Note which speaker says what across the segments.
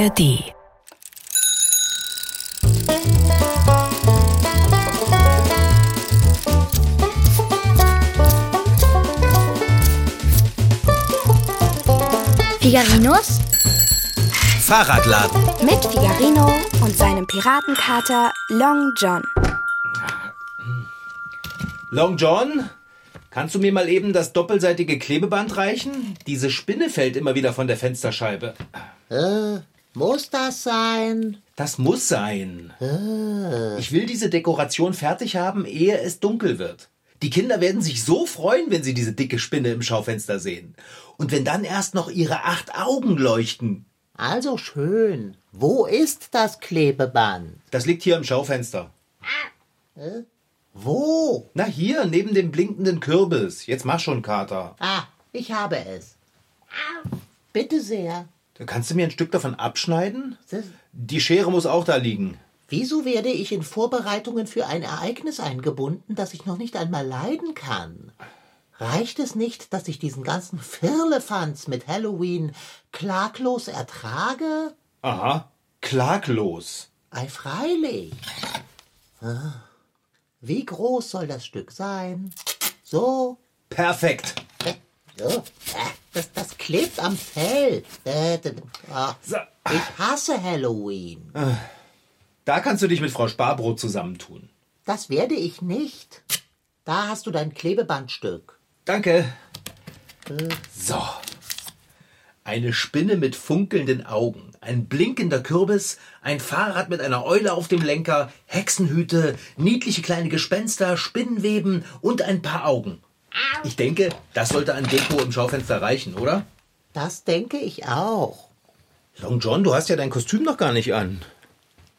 Speaker 1: ARD.
Speaker 2: Figarinos
Speaker 3: Fahrradladen.
Speaker 2: mit Figarino und seinem Piratenkater Long John.
Speaker 3: Long John, kannst du mir mal eben das doppelseitige Klebeband reichen? Diese Spinne fällt immer wieder von der Fensterscheibe.
Speaker 4: Äh, muss das sein?
Speaker 3: Das muss sein. Ich will diese Dekoration fertig haben, ehe es dunkel wird. Die Kinder werden sich so freuen, wenn sie diese dicke Spinne im Schaufenster sehen. Und wenn dann erst noch ihre acht Augen leuchten.
Speaker 4: Also schön. Wo ist das Klebeband?
Speaker 3: Das liegt hier im Schaufenster.
Speaker 4: Wo?
Speaker 3: Na hier, neben dem blinkenden Kürbis. Jetzt mach schon, Kater.
Speaker 4: Ah, ich habe es. Bitte sehr.
Speaker 3: Kannst du mir ein Stück davon abschneiden?
Speaker 4: Das,
Speaker 3: Die Schere muss auch da liegen.
Speaker 4: wieso werde ich in Vorbereitungen für ein Ereignis eingebunden, das ich noch nicht einmal leiden kann? Reicht es nicht, dass ich diesen ganzen Firlefanz mit Halloween klaglos ertrage?
Speaker 3: Aha, klaglos.
Speaker 4: Ei, freilich. Ah, Wie groß soll das Stück sein? So,
Speaker 3: Perfekt.
Speaker 4: Ja, äh, Das, das klebt am Fell. Äh, d- d- ah,
Speaker 3: So.
Speaker 4: Ich hasse Halloween.
Speaker 3: Da kannst du dich mit Frau Sparbrot zusammentun.
Speaker 4: Das werde ich nicht. Da hast du dein Klebebandstück.
Speaker 3: Danke. So. Eine Spinne mit funkelnden Augen, ein blinkender Kürbis, ein Fahrrad mit einer Eule auf dem Lenker, Hexenhüte, niedliche kleine Gespenster, Spinnenweben und ein paar Augen. Ich denke, das sollte an Deko im Schaufenster reichen, oder?
Speaker 4: Das denke ich auch.
Speaker 3: Long John, du hast ja dein Kostüm noch gar nicht an.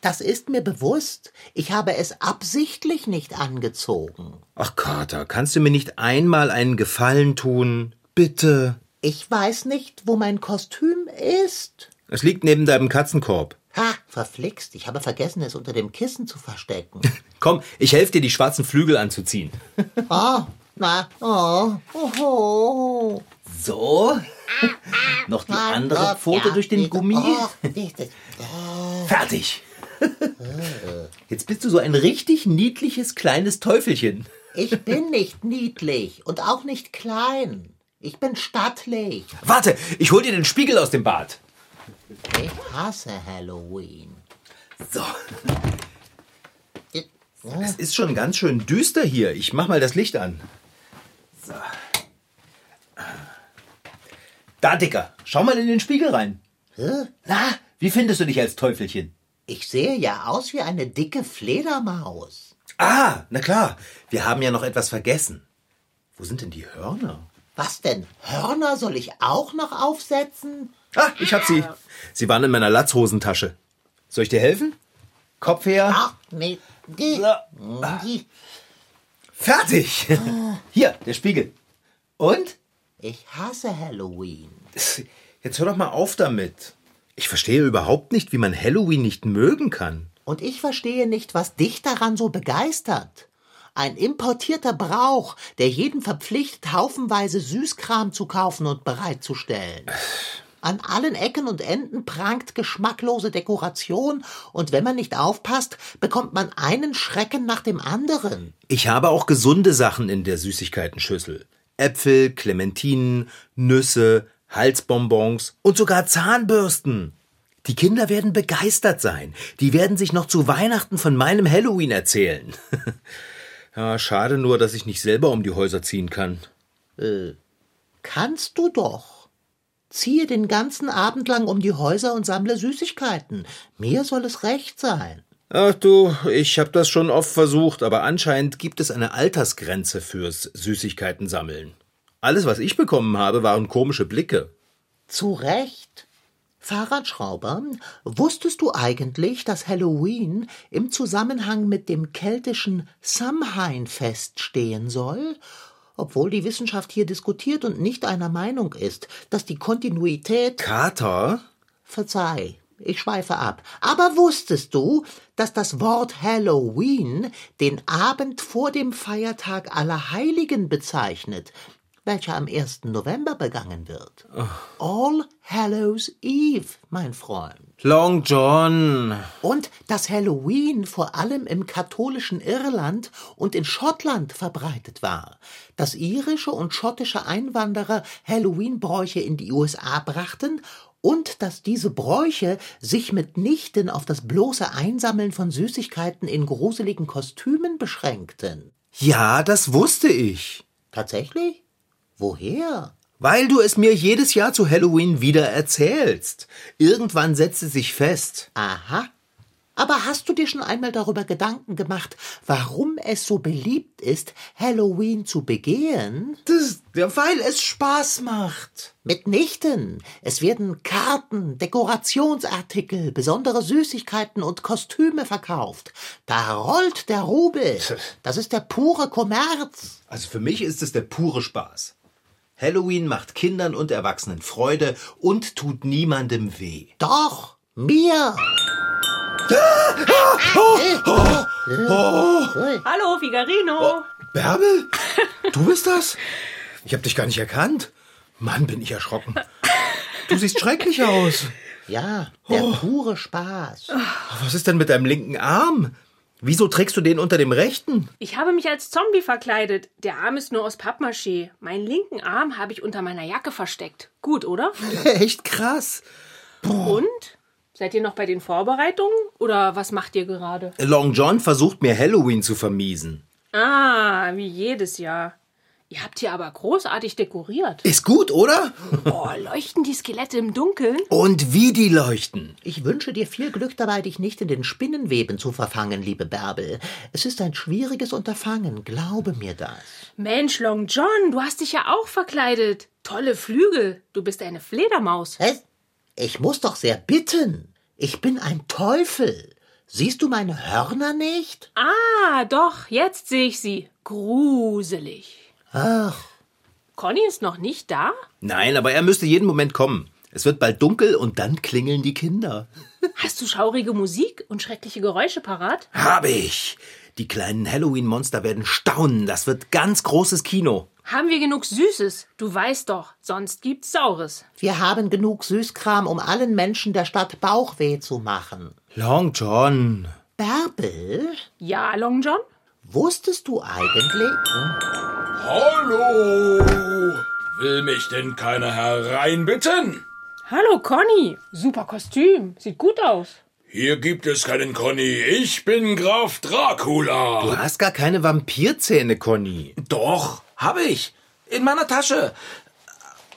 Speaker 4: Das ist mir bewusst. Ich habe es absichtlich nicht angezogen.
Speaker 3: Ach, Kater, kannst du mir nicht einmal einen Gefallen tun? Bitte.
Speaker 4: Ich weiß nicht, wo mein Kostüm ist.
Speaker 3: Es liegt neben deinem Katzenkorb.
Speaker 4: Ha, verflixt. Ich habe vergessen, es unter dem Kissen zu verstecken.
Speaker 3: Komm, ich helfe dir, die schwarzen Flügel anzuziehen.
Speaker 4: Oh, na, oh, oho.
Speaker 3: So. Noch die andere Pfote durch den Gummi.
Speaker 4: oh,
Speaker 3: Fertig. Jetzt bist du so ein richtig niedliches kleines Teufelchen.
Speaker 4: ich bin nicht niedlich und auch nicht klein. Ich bin stattlich.
Speaker 3: Warte, ich hol dir den Spiegel aus dem Bad.
Speaker 4: Ich hasse Halloween.
Speaker 3: So. Es ist schon ganz schön düster hier. Ich mach mal das Licht an. So. Da, Dicker, schau mal in den Spiegel rein.
Speaker 4: Hä?
Speaker 3: Na, wie findest du dich als Teufelchen?
Speaker 4: Ich sehe ja aus wie eine dicke Fledermaus.
Speaker 3: Ah, na klar, wir haben ja noch etwas vergessen. Wo sind denn die Hörner?
Speaker 4: Was denn? Hörner soll ich auch noch aufsetzen?
Speaker 3: Ah, ich hab sie. Sie waren in meiner Latzhosentasche. Soll ich dir helfen? Kopf her.
Speaker 4: Ach, nee. Die, die.
Speaker 3: Ah. Fertig. Hier, der Spiegel. Und?
Speaker 4: Ich hasse Halloween.
Speaker 3: Jetzt hör doch mal auf damit. Ich verstehe überhaupt nicht, wie man Halloween nicht mögen kann.
Speaker 4: Und ich verstehe nicht, was dich daran so begeistert. Ein importierter Brauch, der jeden verpflichtet, haufenweise Süßkram zu kaufen und bereitzustellen. An allen Ecken und Enden prangt geschmacklose Dekoration, und wenn man nicht aufpasst, bekommt man einen Schrecken nach dem anderen.
Speaker 3: Ich habe auch gesunde Sachen in der Süßigkeitenschüssel. Äpfel, Clementinen, Nüsse, Halsbonbons und sogar Zahnbürsten. Die Kinder werden begeistert sein. Die werden sich noch zu Weihnachten von meinem Halloween erzählen. ja, schade nur, dass ich nicht selber um die Häuser ziehen kann.
Speaker 4: Kannst du doch. Ziehe den ganzen Abend lang um die Häuser und sammle Süßigkeiten. Mir soll es recht sein.
Speaker 3: Ach du, ich habe das schon oft versucht, aber anscheinend gibt es eine Altersgrenze fürs Süßigkeiten sammeln. Alles, was ich bekommen habe, waren komische Blicke.
Speaker 4: Zu Recht. Fahrradschrauber, wusstest du eigentlich, dass Halloween im Zusammenhang mit dem keltischen Samhain-Fest stehen soll? Obwohl die Wissenschaft hier diskutiert und nicht einer Meinung ist, dass die Kontinuität.
Speaker 3: Kater?
Speaker 4: Verzeih, ich schweife ab. Aber wusstest du, dass das Wort Halloween den Abend vor dem Feiertag aller Heiligen bezeichnet? welcher am 1. November begangen wird. All Hallows Eve, mein Freund.
Speaker 3: Long John.
Speaker 4: Und dass Halloween vor allem im katholischen Irland und in Schottland verbreitet war. Dass irische und schottische Einwanderer Halloween-Bräuche in die USA brachten und dass diese Bräuche sich mitnichten auf das bloße Einsammeln von Süßigkeiten in gruseligen Kostümen beschränkten.
Speaker 3: Ja, das wusste ich.
Speaker 4: Tatsächlich? Woher?
Speaker 3: Weil du es mir jedes Jahr zu Halloween wieder erzählst. Irgendwann setzt es sich fest.
Speaker 4: Aha. Aber hast du dir schon einmal darüber Gedanken gemacht, warum es so beliebt ist, Halloween zu begehen?
Speaker 3: Das, ja, weil es Spaß macht.
Speaker 4: Mitnichten. Es werden Karten, Dekorationsartikel, besondere Süßigkeiten und Kostüme verkauft. Da rollt der Rubel. Das ist der pure Kommerz.
Speaker 3: Also für mich ist es der pure Spaß. Halloween macht Kindern und Erwachsenen Freude und tut niemandem weh.
Speaker 4: Doch, mir.
Speaker 5: Hallo, Figarino.
Speaker 3: Bärbel? Du bist das? Ich hab dich gar nicht erkannt. Mann, bin ich erschrocken. Du siehst schrecklich aus.
Speaker 4: Ja, der pure Spaß.
Speaker 3: Was ist denn mit deinem linken Arm? Wieso trägst du den unter dem rechten?
Speaker 5: Ich habe mich als Zombie verkleidet. Der Arm ist nur aus Pappmaché. Meinen linken Arm habe ich unter meiner Jacke versteckt. Gut, oder?
Speaker 3: Echt krass.
Speaker 5: Und? Seid ihr noch bei den Vorbereitungen? Oder was macht ihr gerade?
Speaker 3: Long John versucht mir Halloween zu vermiesen.
Speaker 5: Ah, wie jedes Jahr. Ihr habt hier aber großartig dekoriert.
Speaker 3: Ist gut, oder?
Speaker 5: Oh, leuchten die Skelette im Dunkeln?
Speaker 3: Und wie die leuchten.
Speaker 4: Ich wünsche dir viel Glück dabei, dich nicht in den Spinnenweben zu verfangen, liebe Bärbel. Es ist ein schwieriges Unterfangen, glaube mir das.
Speaker 5: Mensch, Long John, du hast dich ja auch verkleidet. Tolle Flügel. Du bist eine Fledermaus.
Speaker 4: Was? Ich muss doch sehr bitten. Ich bin ein Teufel. Siehst du meine Hörner nicht?
Speaker 5: Ah, doch, jetzt sehe ich sie. Gruselig.
Speaker 4: Ach,
Speaker 5: Conny ist noch nicht da?
Speaker 3: Nein, aber er müsste jeden Moment kommen. Es wird bald dunkel und dann klingeln die Kinder.
Speaker 5: Hast du schaurige Musik und schreckliche Geräusche parat?
Speaker 3: Hab ich. Die kleinen Halloween-Monster werden staunen. Das wird ganz großes Kino.
Speaker 5: Haben wir genug Süßes? Du weißt doch, sonst gibt's Saures.
Speaker 4: wir haben genug Süßkram, um allen Menschen der Stadt Bauchweh zu machen.
Speaker 3: Long John.
Speaker 4: Bärbel,
Speaker 5: Ja, Long John?
Speaker 4: wusstest du eigentlich?
Speaker 6: Hallo! Oh, Will mich denn keiner hereinbitten?
Speaker 5: Hallo, Conny. Super Kostüm. Sieht gut aus.
Speaker 6: Hier gibt es keinen Conny. Ich bin Graf Dracula.
Speaker 3: Du hast gar keine Vampirzähne, Conny.
Speaker 7: Doch, habe ich. In meiner Tasche.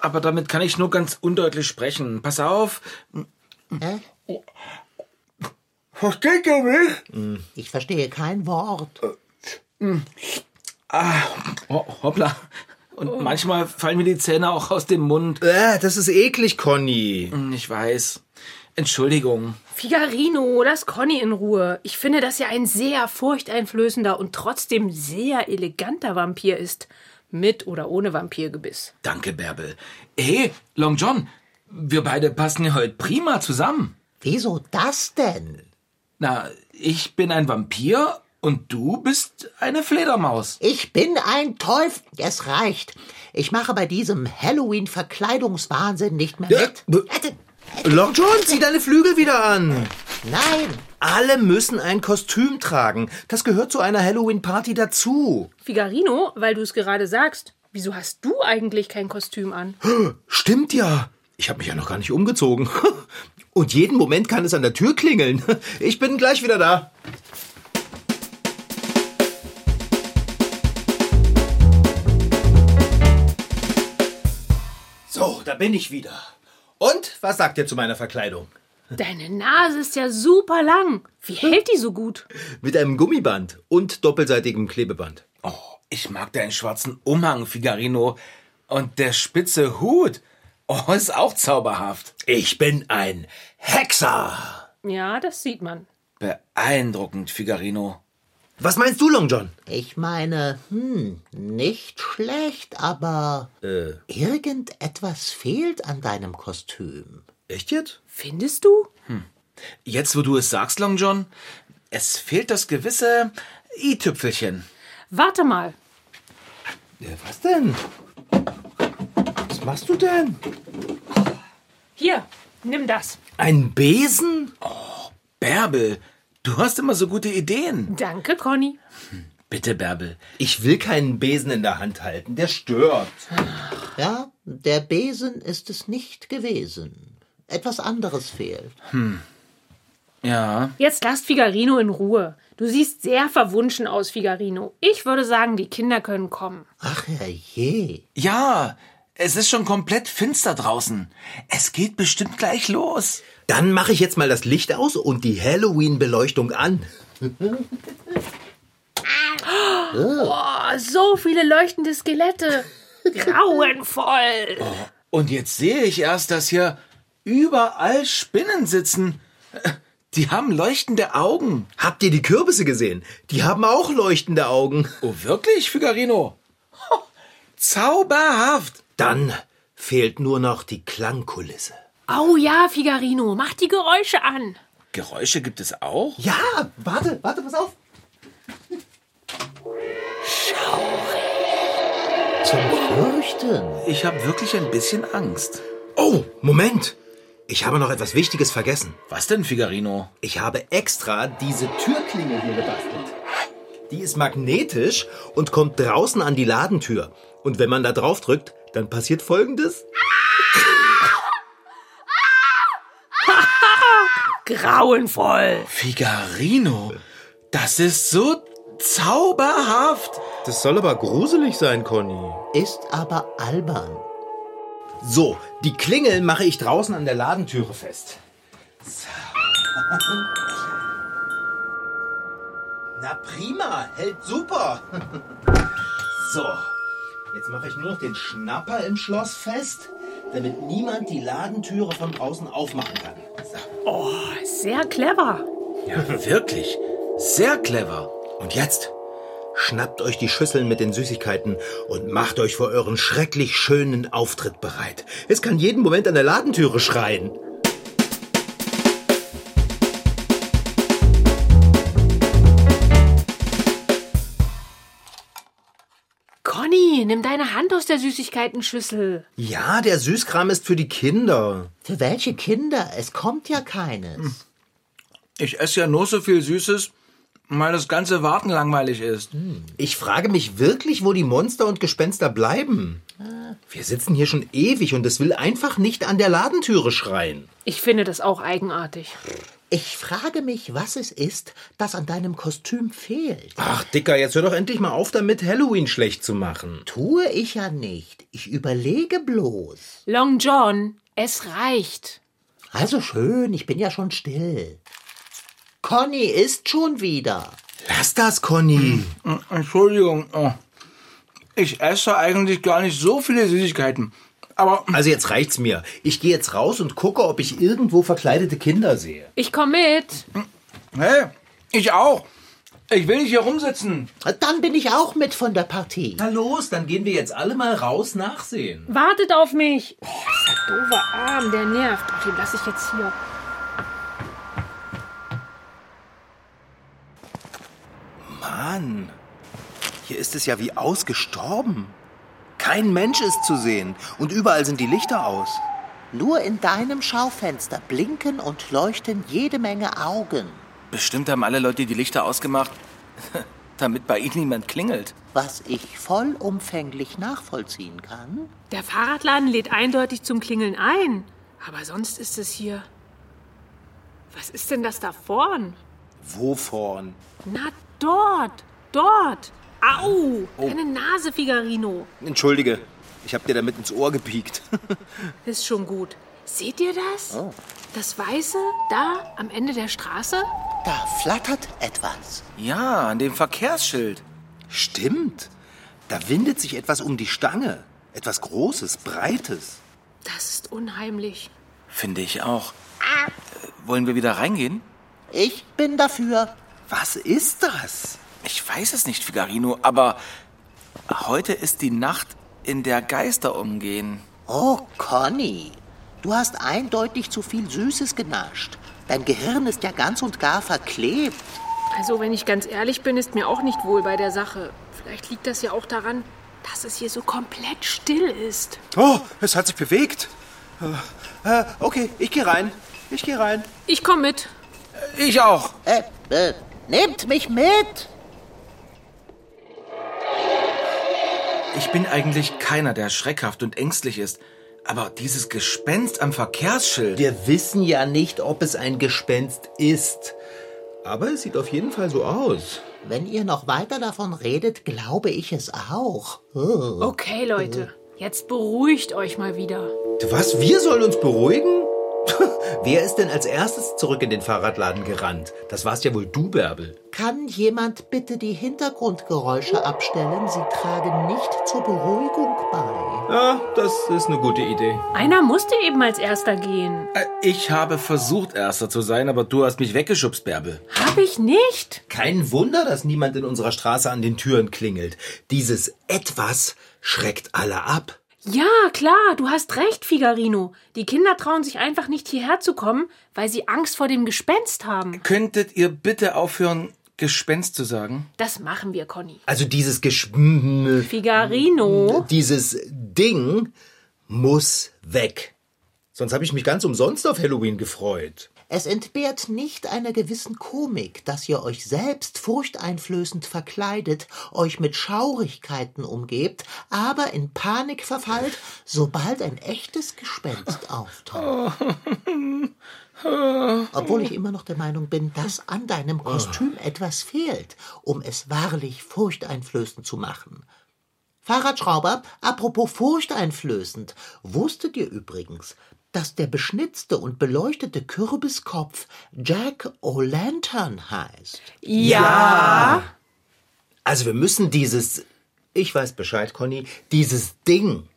Speaker 7: Aber damit kann ich nur ganz undeutlich sprechen. Pass auf.
Speaker 4: Hä?
Speaker 6: Versteht ihr mich?
Speaker 4: Ich verstehe kein Wort.
Speaker 7: Ah, ho- hoppla. Und manchmal fallen mir die Zähne auch aus dem Mund.
Speaker 3: Äh, das ist eklig, Conny.
Speaker 7: Ich weiß. Entschuldigung.
Speaker 5: Figarino, lass Conny in Ruhe. Ich finde, dass er ein sehr furchteinflößender und trotzdem sehr eleganter Vampir ist. Mit oder ohne Vampirgebiss.
Speaker 7: Danke, Bärbel. Hey, Long John, wir beide passen ja heute prima zusammen.
Speaker 4: Wieso das denn?
Speaker 7: Na, ich bin ein Vampir und du bist eine Fledermaus.
Speaker 4: Ich bin ein Teufel. Es reicht. Ich mache bei diesem Halloween-Verkleidungswahnsinn nicht mehr mit.
Speaker 3: Long John, zieh deine Flügel wieder an.
Speaker 4: Nein,
Speaker 3: Alle müssen ein Kostüm tragen. Das gehört zu einer Halloween-Party dazu.
Speaker 5: Figarino, weil du es gerade sagst, wieso hast du eigentlich kein Kostüm an?
Speaker 3: Stimmt ja. Ich habe mich ja noch gar nicht umgezogen. Und jeden Moment kann es an der Tür klingeln. Ich bin gleich wieder da.
Speaker 8: So, da bin ich wieder.
Speaker 3: Und was sagt ihr zu meiner Verkleidung?
Speaker 5: Deine Nase ist ja super lang. Wie hält die so gut?
Speaker 3: Mit einem Gummiband und doppelseitigem Klebeband.
Speaker 7: Oh, ich mag deinen schwarzen Umhang, Figarino. Und der spitze Hut. Oh, ist auch zauberhaft.
Speaker 8: Ich bin ein Hexer.
Speaker 5: Ja, das sieht man.
Speaker 7: Beeindruckend, Figarino.
Speaker 3: Was meinst du, Long John?
Speaker 4: ich meine, hm, nicht schlecht, aber irgendetwas fehlt an deinem Kostüm.
Speaker 3: Echt jetzt?
Speaker 5: Findest du?
Speaker 7: Jetzt, wo du es sagst, Long John, es fehlt das gewisse i-Tüpfelchen.
Speaker 5: Warte mal.
Speaker 3: Was denn? machst du denn?
Speaker 5: Hier, nimm das.
Speaker 3: Ein Besen?
Speaker 7: Bärbel, du hast immer so gute Ideen.
Speaker 5: Danke, Conny.
Speaker 7: Bitte, Bärbel.
Speaker 3: Ich will keinen Besen in der Hand halten, der stört.
Speaker 4: Ja, der Besen ist es nicht gewesen. Etwas anderes fehlt.
Speaker 7: Ja,
Speaker 5: Jetzt lasst Figarino in Ruhe. Du siehst sehr verwunschen aus, Figarino. Ich würde sagen, die Kinder können kommen.
Speaker 4: Ach herrje.
Speaker 7: ja, es ist schon komplett finster draußen. Es geht bestimmt gleich los.
Speaker 3: Dann mache ich jetzt mal das Licht aus und die Halloween-Beleuchtung an.
Speaker 5: Oh, so viele leuchtende Skelette. Grauenvoll.
Speaker 7: Und jetzt sehe ich erst, dass hier überall Spinnen sitzen. Die haben leuchtende Augen.
Speaker 3: Habt ihr die Kürbisse gesehen? Die haben auch leuchtende Augen.
Speaker 7: Oh, wirklich, Figarino? Ho, Zauberhaft.
Speaker 3: Dann fehlt nur noch die Klangkulisse.
Speaker 5: Oh ja, Figarino, mach die Geräusche an.
Speaker 7: Geräusche gibt es auch?
Speaker 3: Ja, warte, warte, pass auf.
Speaker 4: Zum Fürchten.
Speaker 7: Ich habe wirklich ein bisschen Angst.
Speaker 3: Oh, Moment. Ich habe noch etwas Wichtiges vergessen.
Speaker 7: Was denn, Figarino?
Speaker 3: Ich habe extra diese Türklinge hier gebastelt. Die ist magnetisch und kommt draußen an die Ladentür. Und wenn man da drauf drückt, dann passiert folgendes.
Speaker 5: Grauenvoll.
Speaker 7: Figarino, das ist so zauberhaft.
Speaker 3: Das soll aber gruselig sein, Conny.
Speaker 4: Ist aber albern.
Speaker 3: So, die Klingel mache ich draußen an der Ladentüre fest. So. Na prima, hält super. So, jetzt mache ich nur noch den Schnapper im Schloss fest, damit niemand die Ladentüre von draußen aufmachen kann. So.
Speaker 5: Sehr clever.
Speaker 7: Ja, wirklich. Sehr clever.
Speaker 3: Und jetzt schnappt euch die Schüsseln mit den Süßigkeiten und macht euch vor euren schrecklich schönen Auftritt bereit. Es kann jeden Moment an der Ladentüre schreien.
Speaker 5: Conny, nimm deine Hand aus der Süßigkeitenschüssel.
Speaker 3: Ja, der Süßkram ist für die Kinder.
Speaker 4: Für welche Kinder? Es kommt ja keines.
Speaker 7: Ich esse ja nur so viel Süßes, weil das ganze Warten langweilig ist.
Speaker 3: Ich frage mich wirklich, wo die Monster und Gespenster bleiben. Wir sitzen hier schon ewig und es will einfach nicht an der Ladentüre schreien.
Speaker 5: Ich finde das auch eigenartig.
Speaker 4: Ich frage mich, was es ist, das an deinem Kostüm fehlt.
Speaker 3: Ach, Dicker, jetzt hör doch endlich mal auf damit, Halloween schlecht zu machen.
Speaker 4: Tue ich ja nicht. Ich überlege bloß.
Speaker 5: Long John, es reicht.
Speaker 4: Also schön, ich bin ja schon still. Conny ist schon wieder.
Speaker 3: Lass das, Conny.
Speaker 7: Entschuldigung, oh. ich esse eigentlich gar nicht so viele Süßigkeiten. Aber
Speaker 3: Also jetzt reicht's mir. Ich gehe jetzt raus und gucke, ob ich irgendwo verkleidete Kinder sehe.
Speaker 5: Ich komme mit.
Speaker 7: hey, ich auch. Ich will nicht hier rumsitzen.
Speaker 4: Dann bin ich auch mit von der Partie.
Speaker 3: Na los, dann gehen wir jetzt alle mal raus nachsehen.
Speaker 5: Wartet auf mich. Oh, dieser doofe Arm, der nervt. Ach, den lasse ich jetzt hier.
Speaker 3: Mann, hier ist es ja wie ausgestorben. Kein Mensch ist zu sehen und überall sind die Lichter aus.
Speaker 4: Nur in deinem Schaufenster blinken und leuchten jede Menge Augen.
Speaker 7: Bestimmt haben alle Leute die Lichter ausgemacht, damit bei ihnen niemand klingelt.
Speaker 4: Was ich vollumfänglich nachvollziehen kann.
Speaker 5: Der Fahrradladen lädt eindeutig zum Klingeln ein. Aber sonst ist es hier. Was ist denn das da vorn?
Speaker 3: Wo vorn?
Speaker 5: Na, dort. Dort. Au. Deine Nase, Figarino.
Speaker 3: Entschuldige, ich habe dir damit ins Ohr gepiekt.
Speaker 5: Ist schon gut. Seht ihr das? Das Weiße da am Ende der Straße?
Speaker 4: Da flattert etwas.
Speaker 7: Ja, an dem Verkehrsschild.
Speaker 3: Stimmt. Da windet sich etwas um die Stange. Etwas Großes, Breites.
Speaker 5: Das ist unheimlich.
Speaker 7: Finde ich auch. Äh, Wollen wir wieder reingehen?
Speaker 4: Ich bin dafür.
Speaker 3: Was ist das?
Speaker 7: Ich weiß es nicht, Figarino, aber heute ist die Nacht, in der Geister umgehen.
Speaker 4: Oh, Conny, du hast eindeutig zu viel Süßes genascht. Dein Gehirn ist ja ganz und gar verklebt.
Speaker 5: Also, wenn ich ganz ehrlich bin, ist mir auch nicht wohl bei der Sache. Vielleicht liegt das ja auch daran, dass es hier so komplett still ist.
Speaker 9: Oh, es hat sich bewegt. Äh, äh, okay, ich gehe rein. Ich gehe rein.
Speaker 5: Ich komme mit.
Speaker 7: Ich auch.
Speaker 4: Äh, äh, nehmt mich mit!
Speaker 7: Ich bin eigentlich keiner, der schreckhaft und ängstlich ist. Aber dieses Gespenst am Verkehrsschild.
Speaker 3: Wir wissen ja nicht, ob es ein Gespenst ist. Aber es sieht auf jeden Fall so aus.
Speaker 4: Wenn ihr noch weiter davon redet, glaube ich es auch. Oh.
Speaker 5: Okay, Leute, jetzt beruhigt euch mal wieder.
Speaker 3: Was? Wir sollen uns beruhigen? Wer ist denn als erstes zurück in den Fahrradladen gerannt? Das warst ja wohl du, Bärbel.
Speaker 4: Kann jemand bitte die Hintergrundgeräusche abstellen? Sie tragen nicht zur Beruhigung bei.
Speaker 3: Ja, das ist eine gute Idee.
Speaker 5: Einer musste eben als erster gehen.
Speaker 7: Äh, Ich habe versucht, Erster zu sein, aber du hast mich weggeschubst, Bärbel.
Speaker 5: Hab ich nicht.
Speaker 3: Kein Wunder, dass niemand in unserer Straße an den Türen klingelt. Dieses Etwas schreckt alle ab.
Speaker 5: Ja, klar, du hast recht, Figarino. Die Kinder trauen sich einfach nicht hierher zu kommen, weil sie Angst vor dem Gespenst haben.
Speaker 7: Könntet ihr bitte aufhören, Gespenst zu sagen?
Speaker 5: Das machen wir, Conny.
Speaker 3: Also dieses Geschm...
Speaker 5: Figarino.
Speaker 3: Dieses Ding muss weg. Sonst habe ich mich ganz umsonst auf Halloween gefreut.
Speaker 4: Es entbehrt nicht einer gewissen Komik, dass ihr euch selbst furchteinflößend verkleidet, euch mit Schaurigkeiten umgebt, aber in Panik verfallt, sobald ein echtes Gespenst auftaucht. Obwohl ich immer noch der Meinung bin, dass an deinem Kostüm etwas fehlt, um es wahrlich furchteinflößend zu machen. Fahrradschrauber, apropos furchteinflößend, wusstet ihr übrigens, dass der beschnitzte und beleuchtete Kürbiskopf Jack O'Lantern heißt?
Speaker 5: Ja.
Speaker 3: Also wir müssen dieses, ich weiß Bescheid, Conny, dieses Ding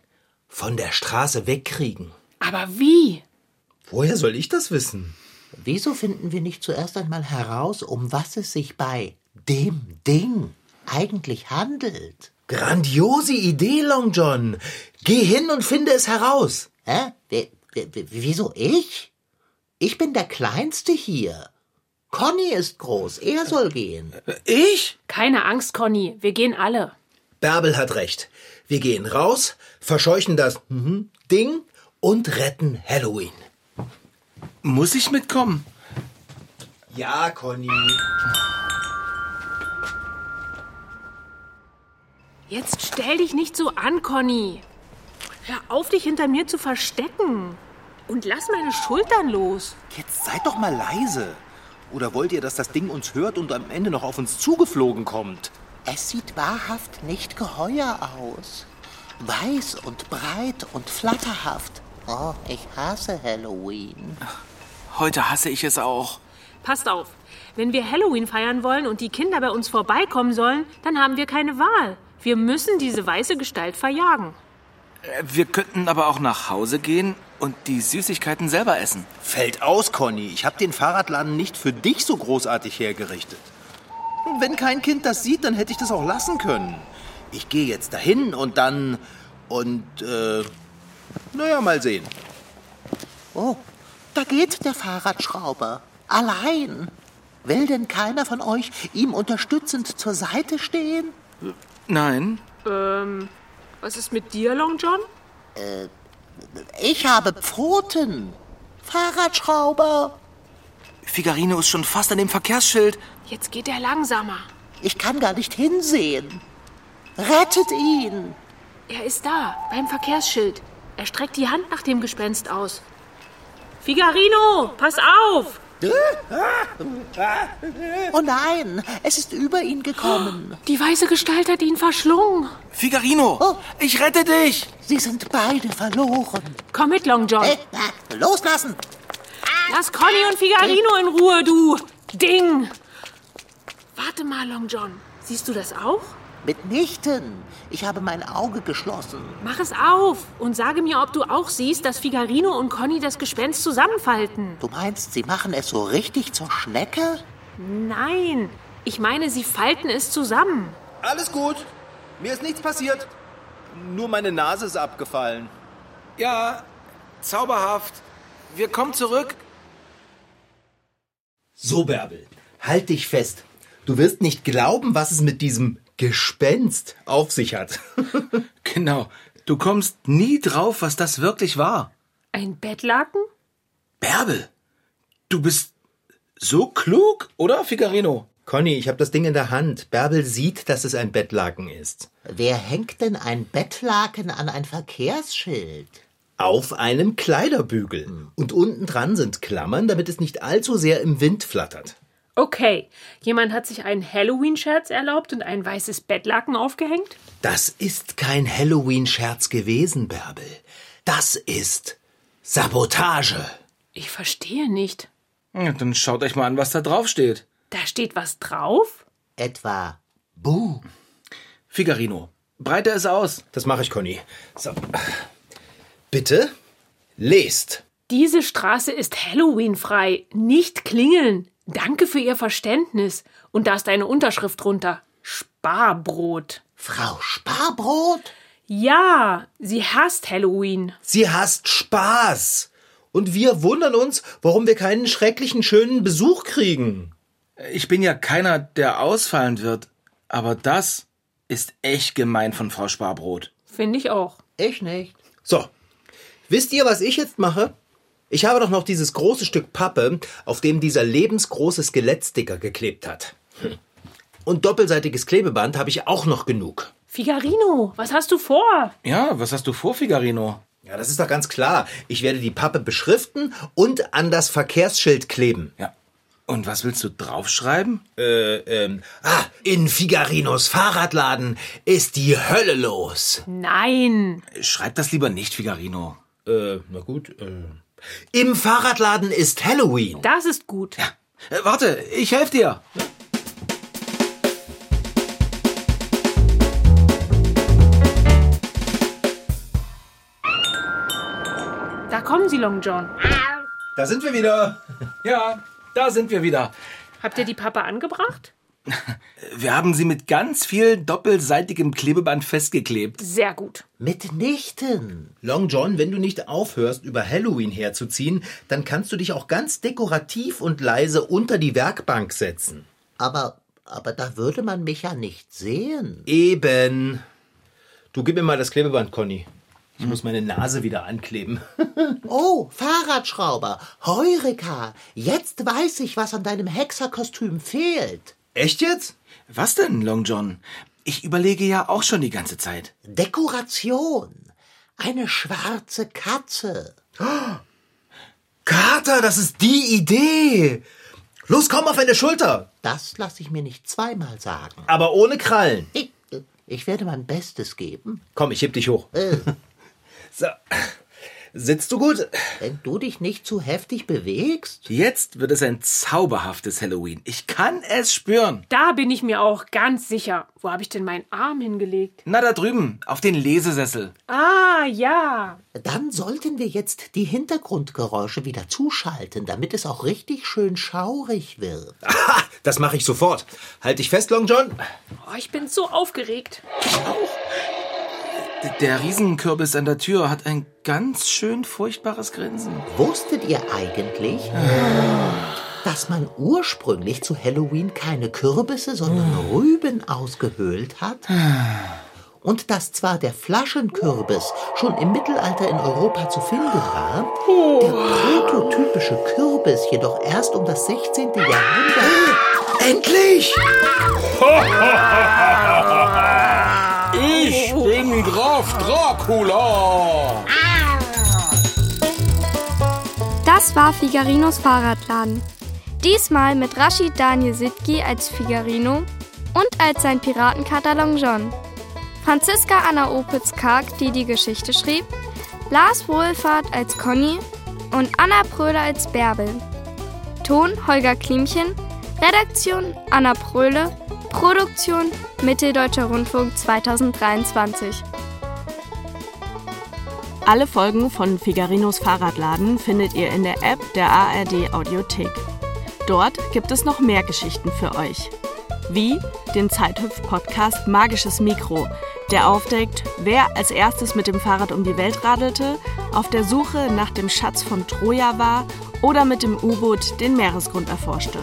Speaker 3: von der Straße wegkriegen.
Speaker 5: Aber wie?
Speaker 3: Woher soll ich das wissen?
Speaker 4: Wieso finden wir nicht zuerst einmal heraus, um was es sich bei dem Ding eigentlich handelt?
Speaker 3: Grandiose Idee, Long John. Geh hin und finde es heraus.
Speaker 4: Hä? W- w- w- Wieso ich? Ich bin der Kleinste hier. Conny ist groß, er soll gehen.
Speaker 7: Ich?
Speaker 5: Keine Angst, Conny. Wir gehen alle.
Speaker 3: Bärbel hat recht. Wir gehen raus, verscheuchen das mhm, Ding und retten Halloween.
Speaker 7: Muss ich mitkommen?
Speaker 3: Ja, Conny.
Speaker 5: Jetzt stell dich nicht so an, Conny. Hör auf, dich hinter mir zu verstecken. Und lass meine Schultern los.
Speaker 9: Jetzt seid doch mal leise. Oder wollt ihr, dass das Ding uns hört und am Ende noch auf uns zugeflogen kommt?
Speaker 4: Es sieht wahrhaft nicht geheuer aus. Weiß und breit und flatterhaft. Oh, ich hasse Halloween.
Speaker 7: Heute hasse ich es auch.
Speaker 5: Passt auf. Wenn wir Halloween feiern wollen und die Kinder bei uns vorbeikommen sollen, dann haben wir keine Wahl. Wir müssen diese weiße Gestalt verjagen.
Speaker 7: Äh, Wir könnten aber auch nach Hause gehen und die Süßigkeiten selber essen.
Speaker 9: Fällt aus, Conny. Ich habe den Fahrradladen nicht für dich so großartig hergerichtet. Und Wenn kein Kind das sieht, dann hätte ich das auch lassen können. Ich gehe jetzt dahin und dann... Und, äh... Naja, mal sehen.
Speaker 4: Oh, da geht der Fahrradschrauber. Allein. Will denn keiner von euch ihm unterstützend zur Seite stehen?
Speaker 7: Nein,
Speaker 5: Was ist mit dir, Long John?
Speaker 4: Ich habe Pfoten. Fahrradschrauber.
Speaker 7: Figarino ist schon fast an dem Verkehrsschild.
Speaker 5: Jetzt geht er langsamer.
Speaker 4: Ich kann gar nicht hinsehen. Rettet ihn.
Speaker 5: Er ist da, beim Verkehrsschild. Er streckt die Hand nach dem Gespenst aus. Figarino, pass auf!
Speaker 4: Oh nein, es ist über ihn gekommen.
Speaker 5: Die weiße Gestalt hat ihn verschlungen.
Speaker 7: Figarino,
Speaker 4: Oh.
Speaker 7: ich rette dich!
Speaker 4: Sie sind beide verloren.
Speaker 5: Komm mit, Long John.
Speaker 4: Äh, na, Loslassen.
Speaker 5: Lass Conny und Figarino in Ruhe, du Ding! Warte mal, Long John. Siehst du das auch?
Speaker 4: Mitnichten. Ich habe mein Auge geschlossen.
Speaker 5: Mach es auf und sage mir, ob du auch siehst, dass Figarino und Conny das Gespenst zusammenfalten.
Speaker 4: Du meinst, sie machen es so richtig zur Schnecke?
Speaker 5: Nein, ich meine, sie falten es zusammen.
Speaker 9: Alles gut. Mir ist nichts passiert. Nur meine Nase ist abgefallen.
Speaker 7: Ja, zauberhaft. Wir kommen zurück.
Speaker 3: So, Bärbel, halt dich fest. Du wirst nicht glauben, was es mit diesem Gespenst auf sich hat.
Speaker 7: Genau. Du kommst nie drauf, was das wirklich war.
Speaker 5: Ein Bettlaken?
Speaker 7: Bärbel, du bist so klug, oder, Figarino?
Speaker 3: Conny, ich habe das Ding in der Hand. Bärbel sieht, dass es ein Bettlaken ist.
Speaker 4: Wer hängt denn ein Bettlaken an ein Verkehrsschild?
Speaker 3: Auf einem Kleiderbügel. Und unten dran sind Klammern, damit es nicht allzu sehr im Wind flattert.
Speaker 5: Okay, jemand hat sich einen Halloween-Scherz erlaubt und ein weißes Bettlaken aufgehängt?
Speaker 3: Das ist kein Halloween-Scherz gewesen, Bärbel. Das ist Sabotage.
Speaker 5: Ich verstehe nicht.
Speaker 7: Ja, dann schaut euch mal an, was da drauf steht.
Speaker 5: Da steht was drauf?
Speaker 4: Etwa Buh.
Speaker 7: Figarino, breite es aus.
Speaker 3: Das mache ich, Conny. So. Bitte lest.
Speaker 5: Diese Straße ist Halloween-frei. Nicht klingeln. Danke für Ihr Verständnis. Und da ist eine Unterschrift drunter. Sparbrot.
Speaker 4: Frau Sparbrot?
Speaker 5: Ja, sie hasst Halloween.
Speaker 3: Sie hasst Spaß. Und wir wundern uns, warum wir keinen schrecklichen, schönen Besuch kriegen.
Speaker 7: Ich bin ja keiner, der ausfallen wird, aber das ist echt gemein von Frau Sparbrot.
Speaker 5: Finde ich auch.
Speaker 4: Ich nicht.
Speaker 3: So, wisst ihr, was ich jetzt mache? Ich habe doch noch dieses große Stück Pappe, auf dem dieser lebensgroße Skelettsticker geklebt hat. Hm. Und doppelseitiges Klebeband habe ich auch noch genug.
Speaker 5: Figarino, was hast du vor?
Speaker 7: Ja, was hast du vor, Figarino?
Speaker 3: Ja, das ist doch ganz klar. Ich werde die Pappe beschriften und an das Verkehrsschild kleben.
Speaker 7: Ja. Und was willst du draufschreiben?
Speaker 3: Äh, ähm, ah, in Figarinos Fahrradladen ist die Hölle los.
Speaker 5: Nein.
Speaker 7: Schreib das lieber nicht, Figarino.
Speaker 3: Äh, na gut, äh. Im Fahrradladen ist Halloween.
Speaker 5: Das ist gut.
Speaker 7: Äh, warte, ich helfe dir.
Speaker 5: Da kommen Sie, Long John.
Speaker 3: Da sind wir wieder.
Speaker 7: Ja, da sind wir wieder.
Speaker 5: Habt ihr die Pappe angebracht?
Speaker 7: Wir haben sie mit ganz viel doppelseitigem Klebeband festgeklebt.
Speaker 5: Sehr gut.
Speaker 4: Mitnichten.
Speaker 3: Long John, wenn du nicht aufhörst, über Halloween herzuziehen, dann kannst du dich auch ganz dekorativ und leise unter die Werkbank setzen.
Speaker 4: Aber, aber da würde man mich ja nicht sehen.
Speaker 3: Eben. Du gib mir mal das Klebeband, Conny. Ich muss meine Nase wieder ankleben.
Speaker 4: Oh, Fahrradschrauber, Heureka, jetzt weiß ich, was an deinem Hexerkostüm fehlt.
Speaker 3: Echt jetzt?
Speaker 7: Was denn, Long John? Ich überlege ja auch schon die ganze Zeit.
Speaker 4: Dekoration. Eine schwarze Katze.
Speaker 3: Kater, das ist die Idee. Los, komm auf meine Schulter.
Speaker 4: Das lasse ich mir nicht zweimal sagen.
Speaker 3: Aber ohne Krallen.
Speaker 4: Ich, ich werde mein Bestes geben.
Speaker 3: Komm, ich heb dich hoch. So. Sitzt du gut?
Speaker 4: Wenn du dich nicht zu heftig bewegst,
Speaker 7: Jetzt wird es ein zauberhaftes Halloween. Ich kann es spüren.
Speaker 5: Da bin ich mir auch ganz sicher. Wo habe ich denn meinen Arm hingelegt?
Speaker 7: Na, da drüben, auf den Lesesessel.
Speaker 5: Ah, ja.
Speaker 4: dann sollten wir jetzt die Hintergrundgeräusche wieder zuschalten, damit es auch richtig schön schaurig wird.
Speaker 3: Aha, das mache ich sofort. Halt dich fest, Long John.
Speaker 5: Oh, ich bin so aufgeregt.
Speaker 7: D- Der Riesenkürbis an der Tür hat ein ganz schön furchtbares Grinsen.
Speaker 4: Wusstet ihr eigentlich, dass man ursprünglich zu Halloween keine Kürbisse, sondern Rüben ausgehöhlt hat? Und dass zwar der Flaschenkürbis schon im Mittelalter in Europa zu finden war, der prototypische Kürbis jedoch erst um das 16. Jahrhundert.
Speaker 3: Endlich!
Speaker 10: Ich bin Graf Dracula.
Speaker 11: Das war Figarinos Fahrradladen. Diesmal mit Rashid Daniel Sitki als Figarino und als sein Piratenkater Long John. Franziska Anna Opitz-Karg, die die Geschichte schrieb, Lars Wohlfahrt als Conny und Anna Pröhle als Bärbel. Ton Holger Klimchen, Redaktion Anna Pröhle, Produktion Mitteldeutscher Rundfunk 2023.
Speaker 12: Alle Folgen von Figarinos Fahrradladen findet ihr in der App der ARD Audiothek. Dort gibt es noch mehr Geschichten für euch. Wie den Zeithüpf-Podcast Magisches Mikro, der aufdeckt, wer als erstes mit dem Fahrrad um die Welt radelte, auf der Suche nach dem Schatz von Troja war oder mit dem U-Boot den Meeresgrund erforschte.